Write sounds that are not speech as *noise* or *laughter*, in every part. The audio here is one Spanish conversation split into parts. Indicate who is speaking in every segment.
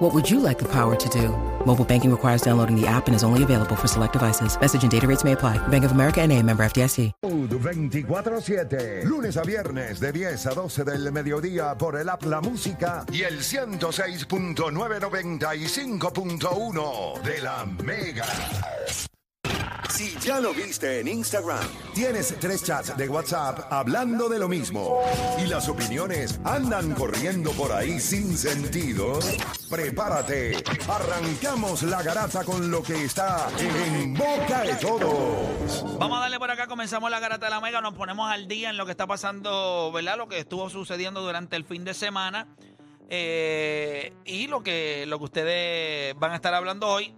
Speaker 1: What would you like the power to do? Mobile banking requires downloading the app and is only available for select devices. Message and data rates may apply. Bank of America and a member FDIC.
Speaker 2: 24-7, lunes a viernes de 10 a 12 del mediodía por el App La Música y el 106.995.1 de la Mega. Si ya lo viste en Instagram, tienes tres chats de WhatsApp hablando de lo mismo y las opiniones andan corriendo por ahí sin sentido, prepárate. Arrancamos la garata con lo que está en boca de todos.
Speaker 3: Vamos a darle por acá, comenzamos la garata de la mega, nos ponemos al día en lo que está pasando, ¿verdad? Lo que estuvo sucediendo durante el fin de semana eh, y lo que, lo que ustedes van a estar hablando hoy.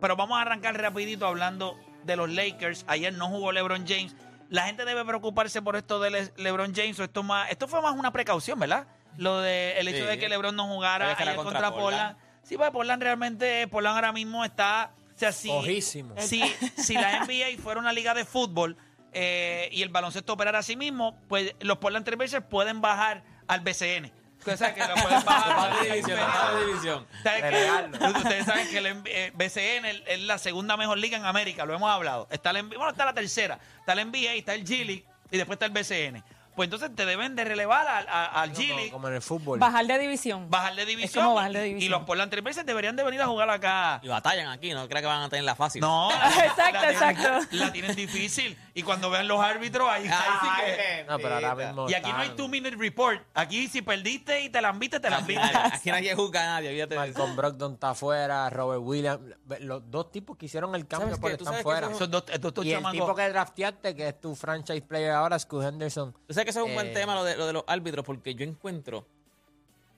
Speaker 3: Pero vamos a arrancar rapidito hablando de los Lakers. Ayer no jugó LeBron James. La gente debe preocuparse por esto de Le- LeBron James. O esto, más, esto fue más una precaución, ¿verdad? Lo de el hecho
Speaker 4: Sí.
Speaker 3: de que LeBron no jugara
Speaker 4: Había que era
Speaker 3: ayer
Speaker 4: contra
Speaker 3: contra Portland.
Speaker 4: Portland.
Speaker 3: Sí, pues Portland realmente, Portland ahora mismo está... O sea, sí,
Speaker 4: Cojísimo.
Speaker 3: si, si la NBA fuera una liga de fútbol eh, y el baloncesto operara a sí mismo, pues los Portland Trailblazers pueden bajar al BCN. O sea, que lo pueden bajar a la
Speaker 4: Baja
Speaker 3: liga
Speaker 4: división,
Speaker 3: inferior.
Speaker 4: baja división.
Speaker 3: ¿Sabes qué?
Speaker 4: Relegarlo.
Speaker 3: *laughs* Ustedes saben que el NBA eh, BCN el- es la segunda mejor liga en América, lo hemos hablado. Está el NBA bueno, está la tercera. Está el NBA, está el G League y después está el BCN. Pues entonces te deben de relevar al, a- al G
Speaker 4: Como,
Speaker 3: League
Speaker 4: como en el fútbol.
Speaker 5: Bajar de división.
Speaker 3: bajar de división,
Speaker 5: como bajar de
Speaker 3: y- y
Speaker 5: división.
Speaker 3: los Portland Trailblazers deberían de venir a jugar acá
Speaker 4: Y batallan aquí, no creo que van a tener la fácil.
Speaker 5: *laughs*
Speaker 3: No.
Speaker 5: Exacto,
Speaker 3: tienen-
Speaker 5: exacto.
Speaker 3: La tienen difícil. Y cuando vean los árbitros, ahí, ahí sí que-
Speaker 4: No, pero ahora mismo.
Speaker 3: Y aquí no hay
Speaker 4: están-
Speaker 3: two minute report. Aquí si perdiste y te la viste, te la
Speaker 4: Aquí
Speaker 3: viste.
Speaker 4: nadie- aquí nadie juzga a nadie, fíjate.
Speaker 6: Malcolm Brogdon está fuera, Robert Williams, los dos tipos que hicieron el cambio
Speaker 4: ¿Sabes
Speaker 6: por
Speaker 4: qué? ¿Tú
Speaker 6: están
Speaker 4: sabes qué?
Speaker 6: fuera.
Speaker 3: Son dos, estos dos
Speaker 6: y el tipo
Speaker 3: chamacos.
Speaker 6: que drafteaste, que es tu franchise player ahora, Scoot Henderson.
Speaker 4: Tú sabes que eso es un buen
Speaker 6: Eh.
Speaker 4: tema lo de, lo de los árbitros, porque yo encuentro,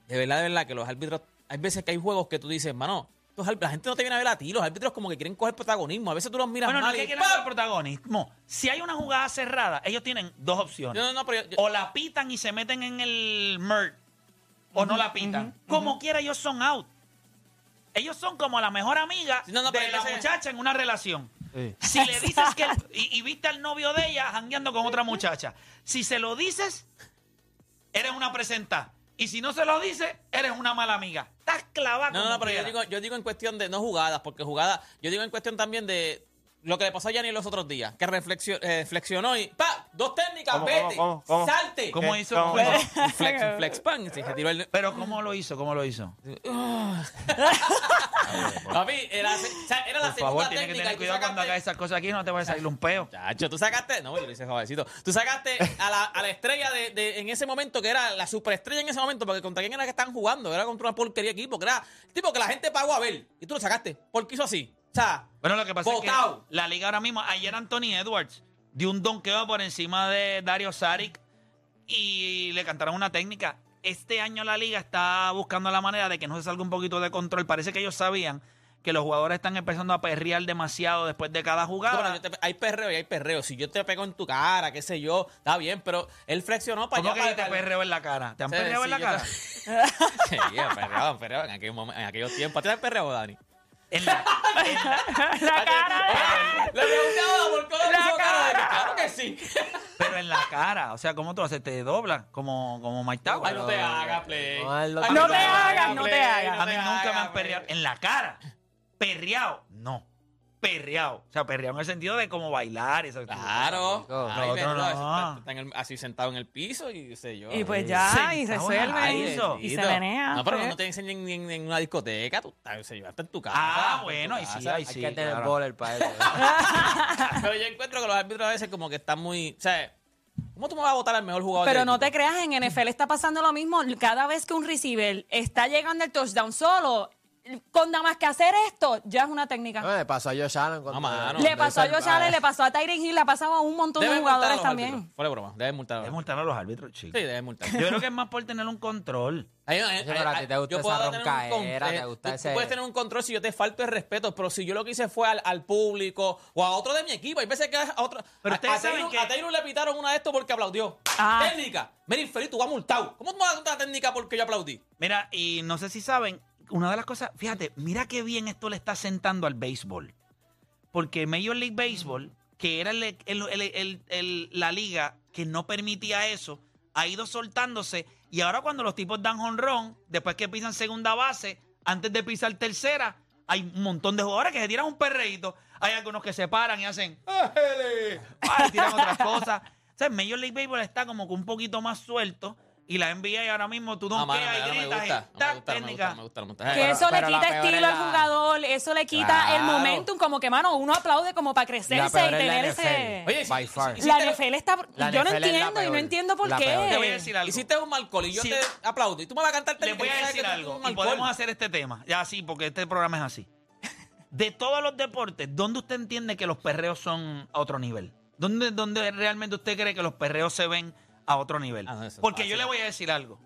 Speaker 4: de verdad, de verdad, que los árbitros, hay veces que hay juegos que tú dices, mano, estos ár- la gente no te viene a ver a ti, los árbitros como que quieren coger protagonismo, a veces tú los miras
Speaker 3: Bueno, no
Speaker 4: mal
Speaker 3: es
Speaker 4: y
Speaker 3: que quieran
Speaker 4: ¡pam!
Speaker 3: el protagonismo. Si hay una jugada cerrada, ellos tienen dos opciones.
Speaker 4: No, no, no, pero yo- yo-
Speaker 3: O la pitan y se meten en el murk O no la pitan. Como quiera, ellos son out. Ellos son como la mejor amiga
Speaker 4: Sí, no, no,
Speaker 3: de
Speaker 4: pero
Speaker 3: la
Speaker 4: ese-
Speaker 3: muchacha en una relación.
Speaker 6: Sí.
Speaker 3: Si le dices que...
Speaker 4: *laughs*
Speaker 3: el- y, y viste al novio de ella jangueando con otra muchacha. Si se lo dices, eres una presentada. Y si no se lo dices, eres una mala amiga. Estás clavada
Speaker 4: No, no,
Speaker 3: como
Speaker 4: no, pero yo
Speaker 3: quiera.
Speaker 4: digo, yo digo en cuestión de no jugadas, porque jugadas, yo digo en cuestión también de lo que le pasó a Gianni los otros días, que reflexio- eh, reflexionó y ¡pa! Dos técnicas,
Speaker 7: ¿Cómo,
Speaker 4: vete,
Speaker 7: cómo, cómo, cómo?
Speaker 4: salte.
Speaker 3: ¿Cómo
Speaker 7: ¿Qué?
Speaker 3: hizo?
Speaker 7: No,
Speaker 3: ¿Cómo-
Speaker 7: no.
Speaker 4: Un Pues, flex, un flex pan, se retiró el-
Speaker 3: Pero ¿cómo lo hizo? ¿Cómo lo hizo?
Speaker 4: Papi, era, o sea, era la
Speaker 3: Por favor,
Speaker 4: segunda
Speaker 3: tiene que
Speaker 4: técnica
Speaker 3: tener
Speaker 4: y tú
Speaker 3: cuidado cuando
Speaker 4: sacaste-
Speaker 3: haga esas cosas aquí, no te va a salir un peo.
Speaker 4: Chacho, tú sacaste, no, yo lo hice jovencito. Tú sacaste a la, a la estrella de, de- en ese momento, que era la superestrella en ese momento, porque contra quién era que estaban jugando, era contra una porquería de equipo, que era el tipo que la gente pagó a ver, y tú lo sacaste. ¿Por qué hizo así? O sea,
Speaker 3: Bueno, lo que pasa es
Speaker 4: Botao.
Speaker 3: que la liga ahora mismo, ayer Anthony Edwards dio un donqueo por encima de Dario Saric y le cantaron una técnica. Este año la liga está buscando la manera de que no se salga un poquito de control. Parece que ellos sabían que los jugadores están empezando a perrear demasiado después de cada
Speaker 4: Bueno,
Speaker 3: jugada.
Speaker 4: yo te- hay perreo y hay perreo. Si yo te pego en tu cara, qué sé yo, está bien, pero él flexionó para
Speaker 3: ¿Cómo
Speaker 4: allá.
Speaker 3: que yo te
Speaker 4: para- para-
Speaker 3: perreo en la cara? ¿Te han
Speaker 4: Sí,
Speaker 3: perreado
Speaker 4: sí,
Speaker 3: en la
Speaker 4: yo
Speaker 3: cara?
Speaker 4: te- *laughs* Sí, perreaban, perreaban en, aquel momen- en aquellos tiempos. ¿A ti te has perreado, Dani?
Speaker 3: En la-
Speaker 5: La cara
Speaker 4: Le preguntaba por qué le
Speaker 5: La
Speaker 4: puso cara. de-
Speaker 5: cara.
Speaker 4: Claro que sí.
Speaker 3: pero en la cara. O sea, ¿cómo tú haces? Te dobla como, como Mike Tower.
Speaker 4: Ay, no te hagas, Play.
Speaker 6: No, él lo-
Speaker 4: Ay,
Speaker 5: No te hagas, no
Speaker 4: Play,
Speaker 5: te hagas.
Speaker 3: A mí
Speaker 4: te
Speaker 3: nunca me
Speaker 4: hagas,
Speaker 3: han perreado.
Speaker 4: Play.
Speaker 3: En la cara. Perreado. No. Perreado. O sea, perreado en el sentido de como bailar. Eso,
Speaker 4: Claro.
Speaker 6: Lo
Speaker 4: Ay,
Speaker 3: otro
Speaker 4: verdad,
Speaker 3: no.
Speaker 4: está- está en el- así sentado en el piso y qué sé yo.
Speaker 5: y pues ya, y
Speaker 3: Sentado
Speaker 5: resuelve.
Speaker 3: ahí,
Speaker 5: y-
Speaker 3: eso.
Speaker 5: Y, se
Speaker 4: Bendito.
Speaker 5: menea.
Speaker 4: No, pero
Speaker 5: pues.
Speaker 4: no te enseñan ni en, en una discoteca. Tú estás, qué sé yo, hasta en tu casa.
Speaker 3: Ah,
Speaker 4: en tu
Speaker 3: bueno, y sí,
Speaker 4: casa.
Speaker 3: ahí
Speaker 6: Hay
Speaker 3: sí.
Speaker 6: que tener
Speaker 3: claro. *laughs*
Speaker 6: bowler para eso.
Speaker 4: Pero *laughs* yo encuentro que los árbitros a veces como que están muy... O sea, ¿cómo tú me vas a votar al mejor jugador
Speaker 5: Pero
Speaker 4: del
Speaker 5: no te
Speaker 4: equipo?
Speaker 5: creas, en NFL está pasando lo mismo. Cada vez que un receiver está llegando el touchdown solo, con nada más que hacer esto, ya es una técnica.
Speaker 6: Ah, le pasó a Josh Allen. cuando-
Speaker 4: Ah, mano.
Speaker 5: le
Speaker 4: debe
Speaker 5: pasó a
Speaker 6: ser-
Speaker 5: Josh Allen,
Speaker 6: ah.
Speaker 5: le pasó a Tyreek Hill, le ha pasado a un montón de
Speaker 4: Deben multar a
Speaker 5: jugadores
Speaker 4: los
Speaker 5: también.
Speaker 4: árbitros. Fuera de broma, deben multar a los
Speaker 3: Es
Speaker 4: árbitros.
Speaker 3: multar a los árbitros, chicos.
Speaker 4: Sí, deben multar.
Speaker 3: Yo creo que es más por tener un control.
Speaker 4: Ay, ay,
Speaker 6: Sí, pero a
Speaker 4: ay,
Speaker 6: ti te
Speaker 4: ay,
Speaker 6: gusta
Speaker 4: yo puedo
Speaker 6: esa
Speaker 4: tener un
Speaker 6: roncaera,
Speaker 4: con-
Speaker 6: te
Speaker 4: eh,
Speaker 6: gusta
Speaker 4: tú- tú
Speaker 6: ese-
Speaker 4: puedes tener un control si yo te falto el respeto, pero si yo lo que hice fue al, al público o a otro de mi equipo, hay veces que a otro.
Speaker 3: Pero
Speaker 4: a,
Speaker 3: ustedes
Speaker 4: a
Speaker 3: saben
Speaker 4: Taylor-
Speaker 3: que-
Speaker 4: a Taylor le pitaron una de estos porque aplaudió.
Speaker 5: Ah.
Speaker 4: Técnica. Mira, infeliz, tú vas multado. ¿Cómo tú me vas a dar una técnica porque yo aplaudí?
Speaker 3: Mira, y no sé si saben, una de las cosas, fíjate, mira qué bien esto le está sentando al béisbol. Porque Major League Baseball, que era el- el- el- el- el- la liga que no permitía eso, ha ido soltándose. Y ahora cuando los tipos dan honrón, después que pisan segunda base, antes de pisar tercera, hay un montón de jugadores que se tiran un perreíto. Hay algunos que se paran y hacen... ¡Ájele! Ay, tiran
Speaker 4: *laughs*
Speaker 3: otras cosas. O sea, Major League Baseball está como que un poquito más suelto. Y la NBA ahora mismo tú
Speaker 4: Ah, mano,
Speaker 3: donkeas
Speaker 4: mira,
Speaker 3: y
Speaker 4: no me
Speaker 3: gritas y
Speaker 4: gusta. No me
Speaker 3: tac,
Speaker 4: gusta, no me gusta,
Speaker 3: técnica.
Speaker 4: no me gusta, no me gusta.
Speaker 5: Que
Speaker 4: Ay,
Speaker 5: eso
Speaker 6: pero
Speaker 5: le
Speaker 6: la
Speaker 5: quita
Speaker 6: peor es
Speaker 5: estilo al
Speaker 6: la-
Speaker 5: jugador, eso le quita el
Speaker 6: Claro.
Speaker 5: momentum, como que, mano, uno aplaude como para
Speaker 6: La
Speaker 5: crecerse y
Speaker 6: peor es Ah, la
Speaker 5: tener ese...
Speaker 6: NFL.
Speaker 4: Oye,
Speaker 6: by
Speaker 4: sí, sí,
Speaker 6: far.
Speaker 4: sí,
Speaker 5: la
Speaker 4: hiciste-
Speaker 5: NFL está...
Speaker 6: La
Speaker 5: yo no
Speaker 6: NFL es la
Speaker 5: entiendo y no
Speaker 6: peor.
Speaker 5: entiendo por
Speaker 6: La
Speaker 5: qué.
Speaker 6: peor.
Speaker 3: Te voy a decir algo.
Speaker 4: Hiciste un mal call y yo
Speaker 3: Sí.
Speaker 4: te aplaudo. Y tú me vas a cantar
Speaker 3: Les
Speaker 4: técnica,
Speaker 3: voy
Speaker 4: tú
Speaker 3: a
Speaker 4: sabes
Speaker 3: decir
Speaker 4: que tú eres
Speaker 3: algo.
Speaker 4: un
Speaker 3: Y
Speaker 4: mal
Speaker 3: podemos
Speaker 4: call.
Speaker 3: hacer este tema. Ya sí, porque este programa es así. De todos los deportes, ¿dónde usted entiende que los perreos son a otro nivel? ¿Dónde, dónde realmente usted cree que los perreos se ven a otro nivel?
Speaker 4: Ah, no, eso es
Speaker 3: Porque yo
Speaker 4: fácil.
Speaker 3: le voy a decir algo.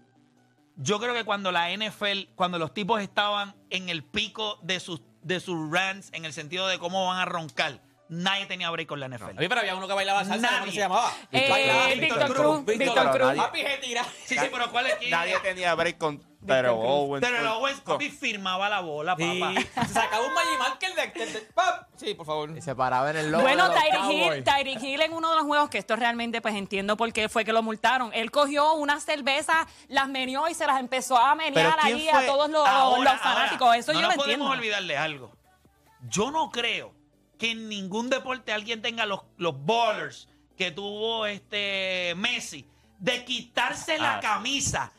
Speaker 3: Yo creo que cuando la NFL, cuando los tipos estaban en el pico de sus, de sus rants, en el sentido de cómo van a roncar, nadie tenía break con la NFL.
Speaker 4: Oye, pero había uno que bailaba salsa, ¿cómo
Speaker 3: Nadie.
Speaker 4: que se llamaba?
Speaker 5: Eh,
Speaker 4: Bailaba
Speaker 5: Víctor Cruz, Víctor
Speaker 4: Víctor
Speaker 5: Cruz.
Speaker 4: Cruz. Papi, se tira.
Speaker 3: Sí, sí, pero ¿cuál es?
Speaker 7: Nadie tenía break con Pero oh,
Speaker 5: Cruz.
Speaker 7: Owens.
Speaker 3: Pero los Owens
Speaker 7: con-
Speaker 3: papi, firmaba la bola, papá.
Speaker 4: Sí. Se sacaba un Magic Marker de, de- de- ¡pap! Sí, por favor.
Speaker 6: Y se paraba en el logo.
Speaker 5: Bueno,
Speaker 6: de los
Speaker 5: Tyreek Hill,
Speaker 6: Cowboys.
Speaker 5: Tyreek Hill en uno de los juegos, que esto realmente pues entiendo por qué fue que lo multaron. Él cogió unas cervezas, las meneó y se las empezó a menear
Speaker 7: Pero ¿quién
Speaker 5: ahí
Speaker 7: fue?
Speaker 5: a todos los,
Speaker 3: Ahora,
Speaker 5: los fanáticos.
Speaker 3: ahora,
Speaker 5: Eso
Speaker 3: no
Speaker 5: yo
Speaker 3: nos
Speaker 5: lo entiendo.
Speaker 3: podemos olvidarle algo. Yo no creo que en ningún deporte alguien tenga los, los ballers que tuvo este Messi de quitarse la
Speaker 7: Ah, sí.
Speaker 3: camisa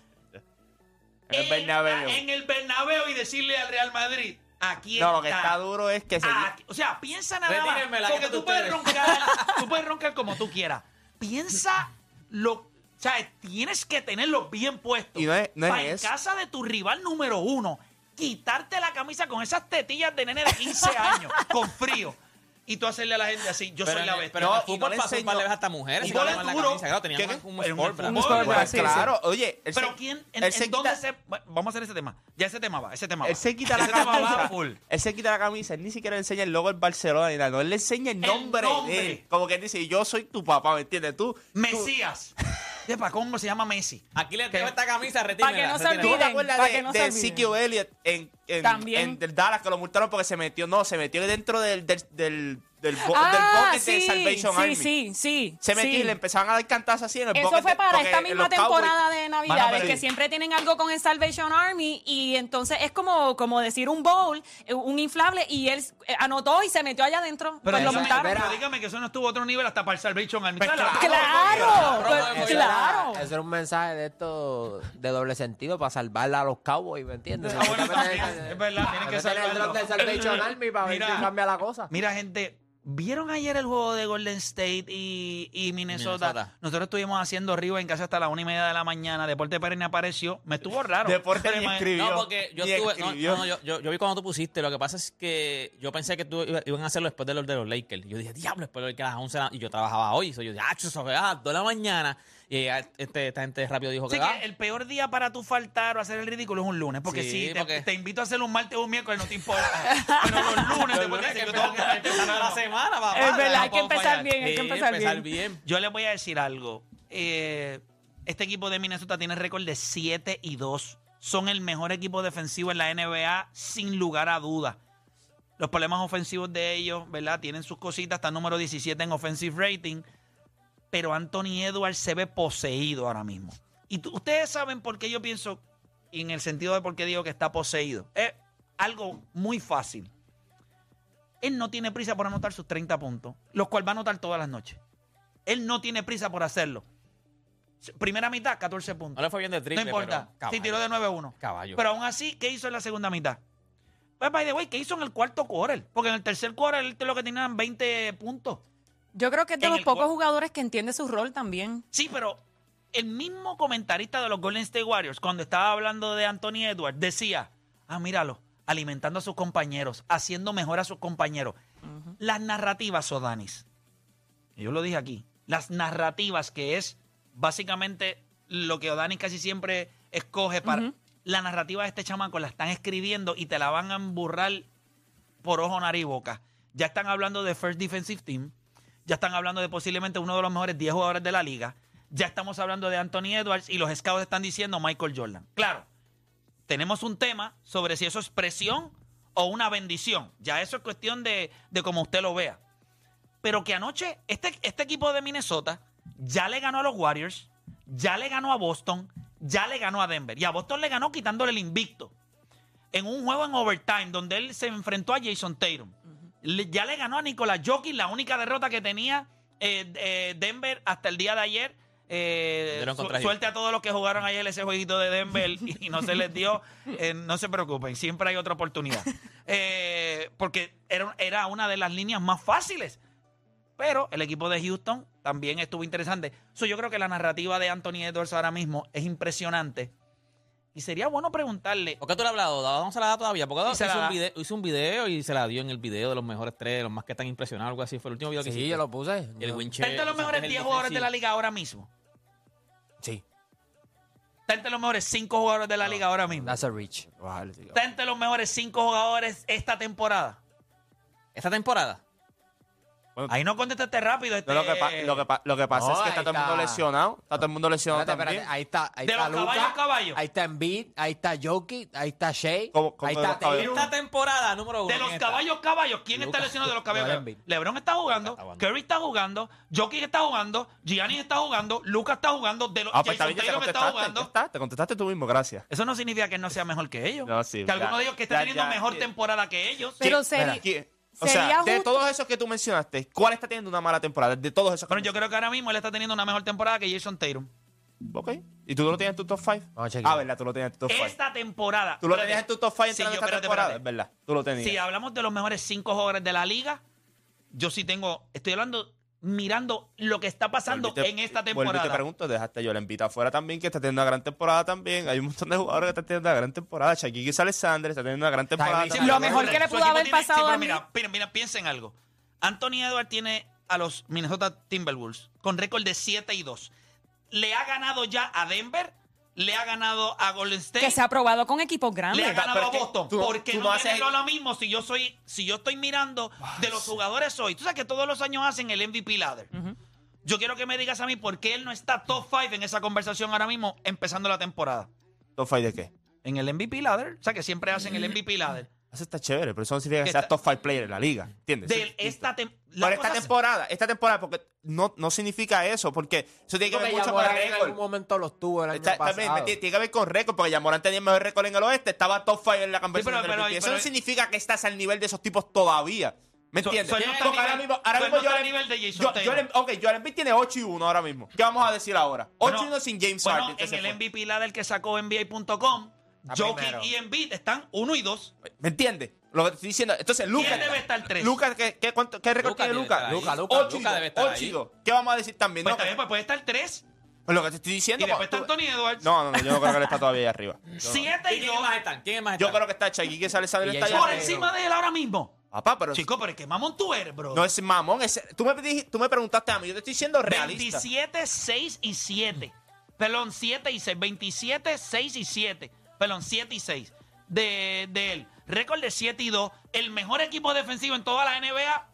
Speaker 7: En el Bernabéu.
Speaker 3: en el Bernabéu y decirle al Real Madrid aquí
Speaker 7: No, lo que está duro es que se.
Speaker 3: Aquí- o sea, piensa nada más.
Speaker 4: Retírenmela, que
Speaker 3: Porque
Speaker 4: esto
Speaker 3: tú
Speaker 4: es
Speaker 3: puedes,
Speaker 4: ustedes.
Speaker 3: roncar, tú puedes roncar como tú quieras. Piensa lo. O sea, tienes que tenerlo bien puesto.
Speaker 7: Y no es- no es
Speaker 3: Pa' en
Speaker 7: eso.
Speaker 3: casa de tu rival número uno, quitarte la camisa con esas tetillas de nene de
Speaker 7: *laughs*
Speaker 3: 15 años, con frío. Y tú hacerle a la gente así, yo soy la bestia.
Speaker 4: Pero
Speaker 7: No,
Speaker 4: en el
Speaker 7: y no
Speaker 4: fútbol
Speaker 7: le
Speaker 4: pasó un par
Speaker 7: enseñó-
Speaker 4: de veces hasta mujeres.
Speaker 3: Y
Speaker 4: se
Speaker 3: no le
Speaker 4: quitaban la
Speaker 3: duro.
Speaker 4: camisa, claro, tenían
Speaker 7: ¿Qué?
Speaker 4: un, un
Speaker 3: Era un
Speaker 4: sport, ¿verdad?
Speaker 5: Un sport,
Speaker 7: Bueno,
Speaker 5: sí, sí.
Speaker 7: Pues claro, oye. él
Speaker 3: Pero
Speaker 7: se-
Speaker 3: ¿quién? ¿En,
Speaker 7: él se
Speaker 3: en dónde
Speaker 7: quita-
Speaker 3: se.? bueno, vamos a hacer ese tema. Ya ese tema va, ese tema va.
Speaker 7: Él se *laughs* quita la
Speaker 3: Ese tema va
Speaker 7: camisa.
Speaker 3: full.
Speaker 7: Él se quita la camisa. Él ni siquiera le enseña el logo del Barcelona ni nada. No, él le enseña el
Speaker 3: El
Speaker 7: nombre.
Speaker 3: nombre.
Speaker 7: de él. Como que él dice, yo soy tu papá, ¿me entiendes? Tú. tú- *laughs*
Speaker 3: Mesías. Sepa, ¿Cómo se llama Messi?
Speaker 4: Aquí le tengo esta camisa, retímela.
Speaker 5: que no se
Speaker 7: ¿Tú te
Speaker 5: olvide.
Speaker 4: retímela.
Speaker 7: acuerdas
Speaker 5: para
Speaker 7: de,
Speaker 5: que no se
Speaker 7: de
Speaker 5: olvide.
Speaker 7: CQ Elliott en, en,
Speaker 5: También.
Speaker 7: en el Dallas que lo multaron porque se metió? No, se metió dentro del, del, del, del, bo- del
Speaker 5: Ah,
Speaker 7: bucket
Speaker 5: sí,
Speaker 7: de Salvation
Speaker 5: sí,
Speaker 7: Army.
Speaker 5: sí, sí.
Speaker 7: Se metió
Speaker 5: sí.
Speaker 7: y le empezaban a dar cantazos así en el
Speaker 5: Eso
Speaker 7: bucket
Speaker 5: fue
Speaker 7: de-
Speaker 5: para
Speaker 7: porque
Speaker 5: esta
Speaker 7: en
Speaker 5: misma
Speaker 7: los Cowboys-
Speaker 5: temporada de Navidades,
Speaker 3: Mano, pero-
Speaker 5: que
Speaker 3: sí.
Speaker 5: siempre tienen algo con el Salvation Army y entonces es como, como decir un bowl, eh, un inflable y él eh, anotó y se metió allá adentro.
Speaker 3: Pero,
Speaker 5: pues lo
Speaker 3: dígame,
Speaker 5: multaron.
Speaker 3: pero dígame que eso no estuvo a otro nivel hasta para el Salvation Army.
Speaker 7: Pues
Speaker 3: Claro.
Speaker 5: Claro,
Speaker 4: Broma, broma,
Speaker 5: pues, claro.
Speaker 6: Eso era un mensaje de esto de doble sentido para salvarla a los Cowboys, ¿me entiendes?
Speaker 3: Ah, bueno,
Speaker 6: *laughs*
Speaker 3: también, es verdad, tienen que
Speaker 6: Métele el
Speaker 3: salvarlo.
Speaker 6: drop de
Speaker 3: *coughs* *clears throat*
Speaker 6: Salvation Army para ver
Speaker 3: Mira.
Speaker 6: si cambia la cosa.
Speaker 3: Mira, gente, ¿vieron ayer el juego de Golden State y, y Minnesota?
Speaker 4: Minnesota.
Speaker 3: Nosotros estuvimos haciendo arriba en casa hasta las una y media de la mañana. Deporte Perenne apareció. Me estuvo raro.
Speaker 7: Deporte ni
Speaker 3: Pero,
Speaker 7: escribió.
Speaker 4: No, porque yo
Speaker 7: ni
Speaker 4: estuve. no,
Speaker 7: escribió.
Speaker 4: No, no, yo, yo, yo vi cuando tú pusiste. Lo que pasa es que yo pensé que tú iba- iban a hacerlo después de los de los Lakers. Yo dije, diablo, después de los Lakers a las 11 de la- Y yo trabajaba hoy. So yo dije, ah, eso fue a las 2 de la mañana. Y eh, este, esta gente rápido dijo
Speaker 3: Así
Speaker 4: que. ah,
Speaker 3: que el peor día para tú faltar o hacer el ridículo es un lunes. Porque
Speaker 4: Sí,
Speaker 3: si te,
Speaker 4: porque-
Speaker 3: te invito a hacer un martes o un miércoles, no te
Speaker 4: *laughs*
Speaker 3: importa. Pero los lunes, te puedes decir, yo tengo que estar
Speaker 4: empezando la semana, papá.
Speaker 5: Es verdad,
Speaker 4: No
Speaker 5: hay que
Speaker 4: podemos
Speaker 5: empezar
Speaker 4: fallar.
Speaker 5: bien, hay que
Speaker 4: Sí,
Speaker 5: empezar
Speaker 4: bien.
Speaker 3: Yo les voy a decir algo. Eh, este equipo de Minnesota tiene récord de 7 y 2. Son el mejor equipo defensivo en la NBA, sin lugar a duda. Los problemas ofensivos de ellos, ¿verdad? Tienen sus cositas, está número 17 en offensive rating. Pero Anthony Edwards se ve poseído ahora mismo. Y tú- ustedes saben por qué yo pienso, y en el sentido de por qué digo que está poseído. Es algo muy fácil. Él no tiene prisa por anotar sus 30 puntos, los cuales va a anotar todas las noches. Él no tiene prisa por hacerlo. Primera mitad, 14
Speaker 4: No
Speaker 3: puntos.
Speaker 4: le fue bien de
Speaker 3: No
Speaker 4: triple.
Speaker 3: importa.
Speaker 4: pero-
Speaker 3: Si tiró de 9-1.
Speaker 4: Caballo.
Speaker 3: Pero aún así, ¿qué hizo en la segunda mitad? Pues, by the way, ¿qué hizo en el cuarto quarter? Porque en el tercer quarter él lo que tenía eran 20 puntos.
Speaker 5: Yo creo que es de
Speaker 3: En
Speaker 5: los
Speaker 3: el
Speaker 5: pocos
Speaker 3: cual-
Speaker 5: jugadores que entiende su rol también.
Speaker 3: Sí, pero el mismo comentarista de los Golden State Warriors, cuando estaba hablando de Anthony Edwards, decía, ah, míralo, alimentando a sus compañeros, haciendo mejor a sus compañeros. Las narrativas, Sodanis, yo lo dije aquí, las narrativas que es básicamente lo que Odanis casi siempre escoge para... La narrativa de este chamaco la están escribiendo y te la van a emburrar por ojo, nariz y boca. Ya están hablando de First Defensive Team. Ya están hablando de posiblemente uno de los mejores 10 jugadores de la liga. Ya estamos hablando de Anthony Edwards y los scouts están diciendo Michael Jordan. Claro, tenemos un tema sobre si eso es presión o una bendición. Ya eso es cuestión de, de cómo usted lo vea. Pero que anoche este, este equipo de Minnesota ya le ganó a los Warriors, ya le ganó a Boston, ya le ganó a Denver. Y a Boston le ganó quitándole el invicto en un juego en overtime donde él se enfrentó a Jason Tatum. Le- ya le ganó a Nicolás Jokic la única derrota que tenía eh, eh, Denver hasta el día de ayer. Eh,
Speaker 4: Perdieron
Speaker 3: su-
Speaker 4: contra
Speaker 3: suerte a todos los que jugaron ayer ese jueguito de Denver y, y no se les dio. Eh, no se preocupen, siempre hay otra oportunidad. Eh, porque era, era una de las líneas más fáciles. Pero el equipo de Houston también estuvo interesante. So, yo creo que la narrativa de Anthony Edwards ahora mismo es impresionante. Y sería bueno preguntarle
Speaker 4: ¿Por qué tú le has hablado? No se la da todavía. Porque
Speaker 3: Y se
Speaker 4: hizo,
Speaker 3: la da.
Speaker 4: un video, hizo un video y se la dio en el video de los mejores tres, los más que están impresionados, algo así. Fue el último video que
Speaker 6: Sí,
Speaker 4: hiciste.
Speaker 6: yo lo puse.
Speaker 4: El
Speaker 6: Yo-
Speaker 4: Winchester.
Speaker 3: Está entre los mejores 10 jugadores de la liga ahora mismo.
Speaker 6: Sí,
Speaker 3: Está entre los mejores 5 jugadores de la liga ahora mismo.
Speaker 6: that's a reach. Ojalá, sí.
Speaker 3: Está entre los mejores 5 jugadores esta temporada.
Speaker 4: Esta temporada.
Speaker 3: Ahí no contestaste rápido. Este,
Speaker 7: No, lo, que pa- lo que pa- lo que pasa
Speaker 6: No,
Speaker 7: es que
Speaker 6: ahí
Speaker 7: está todo el mundo
Speaker 6: está.
Speaker 7: lesionado. Está todo el mundo lesionado
Speaker 6: Espérate, espérate,
Speaker 7: también.
Speaker 6: Ahí está, ahí
Speaker 3: De
Speaker 6: está
Speaker 3: los
Speaker 6: Luka,
Speaker 3: caballos, caballos.
Speaker 6: Ahí está Embiid, ahí está Jokic, ahí está Shea,
Speaker 7: ¿Cómo- cómo
Speaker 6: ahí
Speaker 7: de los
Speaker 6: está
Speaker 7: caballos?
Speaker 6: Taylor.
Speaker 4: Esta temporada número uno.
Speaker 3: De los
Speaker 4: ¿quién está?
Speaker 3: caballos, caballos. ¿Quién está
Speaker 6: Lucas.
Speaker 3: lesionado de los
Speaker 6: Joel
Speaker 3: caballos?
Speaker 6: Embiid.
Speaker 3: LeBron está jugando,
Speaker 4: Está jugando.
Speaker 3: Curry está jugando, Jokic está jugando, Gianni está jugando, Lucas está jugando, de los,
Speaker 7: Ah, pues está
Speaker 3: Jason
Speaker 7: bien, ya te
Speaker 3: Tatum está
Speaker 7: contestaste. ya
Speaker 3: jugando.
Speaker 7: está, te contestaste tú mismo, gracias.
Speaker 3: Eso no significa que él no sea mejor que ellos.
Speaker 7: No, sí,
Speaker 3: que alguno
Speaker 7: ya,
Speaker 3: de ellos que esté
Speaker 7: ya,
Speaker 3: teniendo
Speaker 7: ya,
Speaker 3: mejor
Speaker 7: sí.
Speaker 3: temporada que ellos.
Speaker 5: Pero
Speaker 7: Sí,
Speaker 5: sería-
Speaker 7: ¿quién- O
Speaker 5: sería
Speaker 7: sea, de
Speaker 5: justo-
Speaker 7: todos esos que tú mencionaste, ¿cuál está teniendo una mala temporada? De todos esos. que
Speaker 3: Bueno, yo creo que ahora mismo él está teniendo una mejor temporada que Jason Tatum.
Speaker 7: Ok. ¿Y tú no lo tienes en tu top 5?
Speaker 6: Vamos a chequear.
Speaker 7: ah, verdad, tú lo tenías en tu top 5.
Speaker 3: Esta temporada.
Speaker 7: Tú lo
Speaker 3: Espérate.
Speaker 7: tenías en tu top 5
Speaker 3: Sí,
Speaker 7: entrando
Speaker 3: yo-
Speaker 7: esta
Speaker 3: espérate,
Speaker 7: temporada, es
Speaker 3: espérate.
Speaker 7: verdad. Tú lo tenías.
Speaker 3: Si hablamos de los mejores cinco jugadores de la liga, yo sí tengo. Estoy hablando, mirando lo que está pasando
Speaker 7: Vuelvo y te-
Speaker 3: en esta
Speaker 7: Vuelvo y te
Speaker 3: temporada.
Speaker 7: pregunto, dejaste yo la invita afuera también, que está teniendo una gran temporada también. Hay un montón de jugadores que están teniendo una gran temporada. Shaquille Alexander está teniendo una gran temporada.
Speaker 6: Tyrese
Speaker 7: también.
Speaker 5: Lo mejor que le
Speaker 3: Su
Speaker 5: pudo
Speaker 3: equipo
Speaker 5: haber
Speaker 3: tiene-
Speaker 5: pasado
Speaker 3: pero
Speaker 5: a
Speaker 3: mira, mira, mira, piensa en algo. Anthony Edwards tiene a los Minnesota Timberwolves con récord de 7 y 2. Le ha ganado ya a Denver, le ha ganado a Golden State.
Speaker 5: Que se ha probado con equipos
Speaker 3: le ha
Speaker 5: grandes.
Speaker 7: Pero
Speaker 3: ganado a
Speaker 7: es que
Speaker 3: Boston.
Speaker 7: tú-
Speaker 3: ¿Por qué
Speaker 7: tú
Speaker 3: no
Speaker 7: no haces-
Speaker 3: tenerlo ahora mismo si yo soy, si yo estoy mirando de los jugadores hoy? Tú sabes que todos los años hacen el MVP ladder. Yo quiero que me digas a mí por qué él no está top 5 en esa conversación ahora mismo, empezando la temporada.
Speaker 7: ¿Top 5 de qué?
Speaker 3: En el MVP ladder, o sea que siempre hacen el MVP ladder.
Speaker 7: Eso está chévere, pero eso no significa
Speaker 3: Que
Speaker 7: que sea
Speaker 3: está-
Speaker 7: top 5 player en la liga. ¿Entiendes?
Speaker 3: De
Speaker 7: Sí,
Speaker 3: esta, tem- la
Speaker 7: Pero esta
Speaker 3: cosa-
Speaker 7: temporada, esta temporada, porque no, no significa eso, porque eso tiene que
Speaker 6: Creo
Speaker 7: ver
Speaker 6: que
Speaker 7: mucho con
Speaker 6: Yamoran
Speaker 7: el
Speaker 6: en algún
Speaker 7: récord.
Speaker 6: momento los tuvo el año
Speaker 7: Está-
Speaker 6: pasado.
Speaker 7: también, me- tiene tiene que ver con récord, porque Yamorán tenía el mejor récord en el oeste, estaba top 5 en la conversación.
Speaker 3: pero-
Speaker 7: del
Speaker 3: pero-
Speaker 7: MVP. eso
Speaker 3: pero-
Speaker 7: no significa que estás al nivel de esos tipos todavía. ¿Me
Speaker 3: So-
Speaker 7: entiendes?
Speaker 3: so él no está
Speaker 7: Porque
Speaker 3: al
Speaker 7: ahora
Speaker 3: nivel-
Speaker 7: mismo, ahora
Speaker 3: so él
Speaker 7: mismo
Speaker 3: no está
Speaker 7: Joel-
Speaker 3: al nivel de Jason
Speaker 7: Yo-
Speaker 3: Taylor.
Speaker 7: Joel- ok, Joel Embiid tiene 8 y 1 ahora mismo. ¿Qué vamos a decir ahora? 8
Speaker 3: Bueno,
Speaker 7: y 1 sin James
Speaker 3: bueno,
Speaker 7: Harden. que se
Speaker 3: en
Speaker 7: fue.
Speaker 3: el MVP ladder que sacó NBA.com,
Speaker 6: Está
Speaker 3: Jokic
Speaker 6: primero.
Speaker 3: y Embiid están 1 y Pues 2.
Speaker 7: ¿Me entiendes? Lo que te estoy diciendo. Entonces, Lucas.
Speaker 3: debe estar tres?
Speaker 7: Lucas, ¿qué, qué, cuánto- qué récord
Speaker 4: Lucas
Speaker 7: tiene
Speaker 4: debe
Speaker 7: Lucas?
Speaker 4: estar ahí.
Speaker 7: Lucas,
Speaker 4: Lucas,
Speaker 7: Lucas,
Speaker 4: Lucas debe estar ahí.
Speaker 7: ¿Qué vamos a decir también?
Speaker 3: Pues
Speaker 7: No,
Speaker 3: también pues, puede estar 3
Speaker 7: pues lo que te estoy diciendo.
Speaker 3: y después está
Speaker 7: pues, tú-
Speaker 3: Anthony Edwards.
Speaker 7: No, no, no, yo no creo que él está todavía ahí arriba.
Speaker 3: 7 y
Speaker 4: ¿Quiénes
Speaker 3: 2
Speaker 4: más están? ¿Quiénes más
Speaker 7: Yo
Speaker 4: están?
Speaker 7: creo que está Chagui que sale sale
Speaker 6: Y ella-
Speaker 7: está allá
Speaker 3: por
Speaker 7: arriba.
Speaker 3: encima de él ahora mismo.
Speaker 7: Papá, pero
Speaker 3: Chico, pero es que mamón tú eres, bro.
Speaker 7: no es mamón. es- tú, me, dij- tú me preguntaste a mí, yo te estoy diciendo realista.
Speaker 3: 27, 6 y 7. Perdón, 7 y 6. 27, 6 y 7. Perdón, 7 y 6. De, de él. Récord de 7 y 2. El mejor equipo defensivo en toda la NBA.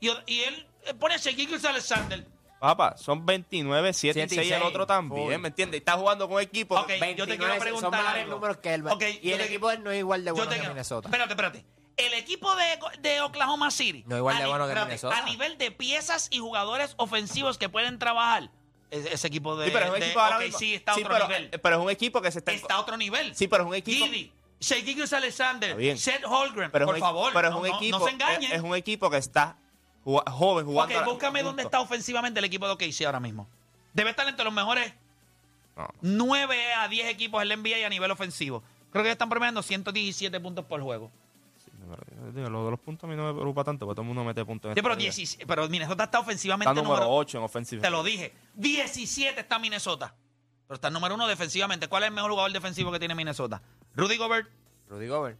Speaker 3: Y, y él pone a Shaquille Alexander.
Speaker 7: Papá, son 29, 7 y
Speaker 6: Siete y
Speaker 7: 6 el
Speaker 6: seis.
Speaker 7: otro también,
Speaker 6: Full.
Speaker 7: ¿me entiendes? Está jugando con equipo.
Speaker 3: Ok, yo te
Speaker 6: 29
Speaker 3: quiero
Speaker 6: son
Speaker 3: preguntar.
Speaker 6: mejores
Speaker 3: algo.
Speaker 6: números que él.
Speaker 3: Ok,
Speaker 6: y
Speaker 3: yo
Speaker 6: el
Speaker 3: te-
Speaker 6: equipo de él no es igual de
Speaker 3: yo
Speaker 6: bueno
Speaker 3: te
Speaker 6: que
Speaker 3: quiero-
Speaker 6: Minnesota.
Speaker 3: Espérate, espérate. El equipo de, de Oklahoma City.
Speaker 6: No igual
Speaker 3: a
Speaker 6: de
Speaker 3: ni-
Speaker 6: bueno que
Speaker 3: espérate,
Speaker 6: Minnesota.
Speaker 3: A nivel de piezas y jugadores ofensivos que pueden trabajar. Ese, ese equipo de.
Speaker 7: Sí, pero es un
Speaker 3: de
Speaker 7: equipo ahora
Speaker 3: OKC
Speaker 7: mismo-
Speaker 3: está a
Speaker 7: sí,
Speaker 3: otro
Speaker 7: pero- eh,
Speaker 3: nivel.
Speaker 7: Pero es un equipo que se está...
Speaker 3: está a otro nivel.
Speaker 7: Sí, pero es un equipo...
Speaker 3: Giddy, Shaquille Alexander,
Speaker 7: Está bien.
Speaker 3: Seth Holgren,
Speaker 7: pero es
Speaker 3: por
Speaker 7: un equi-
Speaker 3: favor.
Speaker 7: Pero es
Speaker 3: no-
Speaker 7: un
Speaker 3: no-
Speaker 7: equipo...
Speaker 3: No, se engañen.
Speaker 7: Es, es un equipo que está jugua- joven
Speaker 3: ok,
Speaker 7: jugando... ahora-
Speaker 3: búscame dónde
Speaker 7: junto.
Speaker 3: está ofensivamente el equipo de OKC ahora mismo. Debe estar entre los mejores
Speaker 7: No.
Speaker 3: 9 a 10 equipos en la NBA y a nivel ofensivo. Creo que están promediando 117 puntos por juego.
Speaker 7: Digo, Lo de los puntos a mí no me preocupa tanto, porque todo el mundo mete puntos en
Speaker 3: Sí,
Speaker 7: esta
Speaker 3: pero,
Speaker 7: liga.
Speaker 3: 17 pero Minnesota está ofensivamente
Speaker 7: Está número 8 en ofensiva.
Speaker 3: Te lo dije. 17 está Minnesota. Pero está número uno defensivamente. ¿Cuál es el mejor jugador defensivo que tiene Minnesota? Rudy Gobert,
Speaker 6: Rudy Gobert.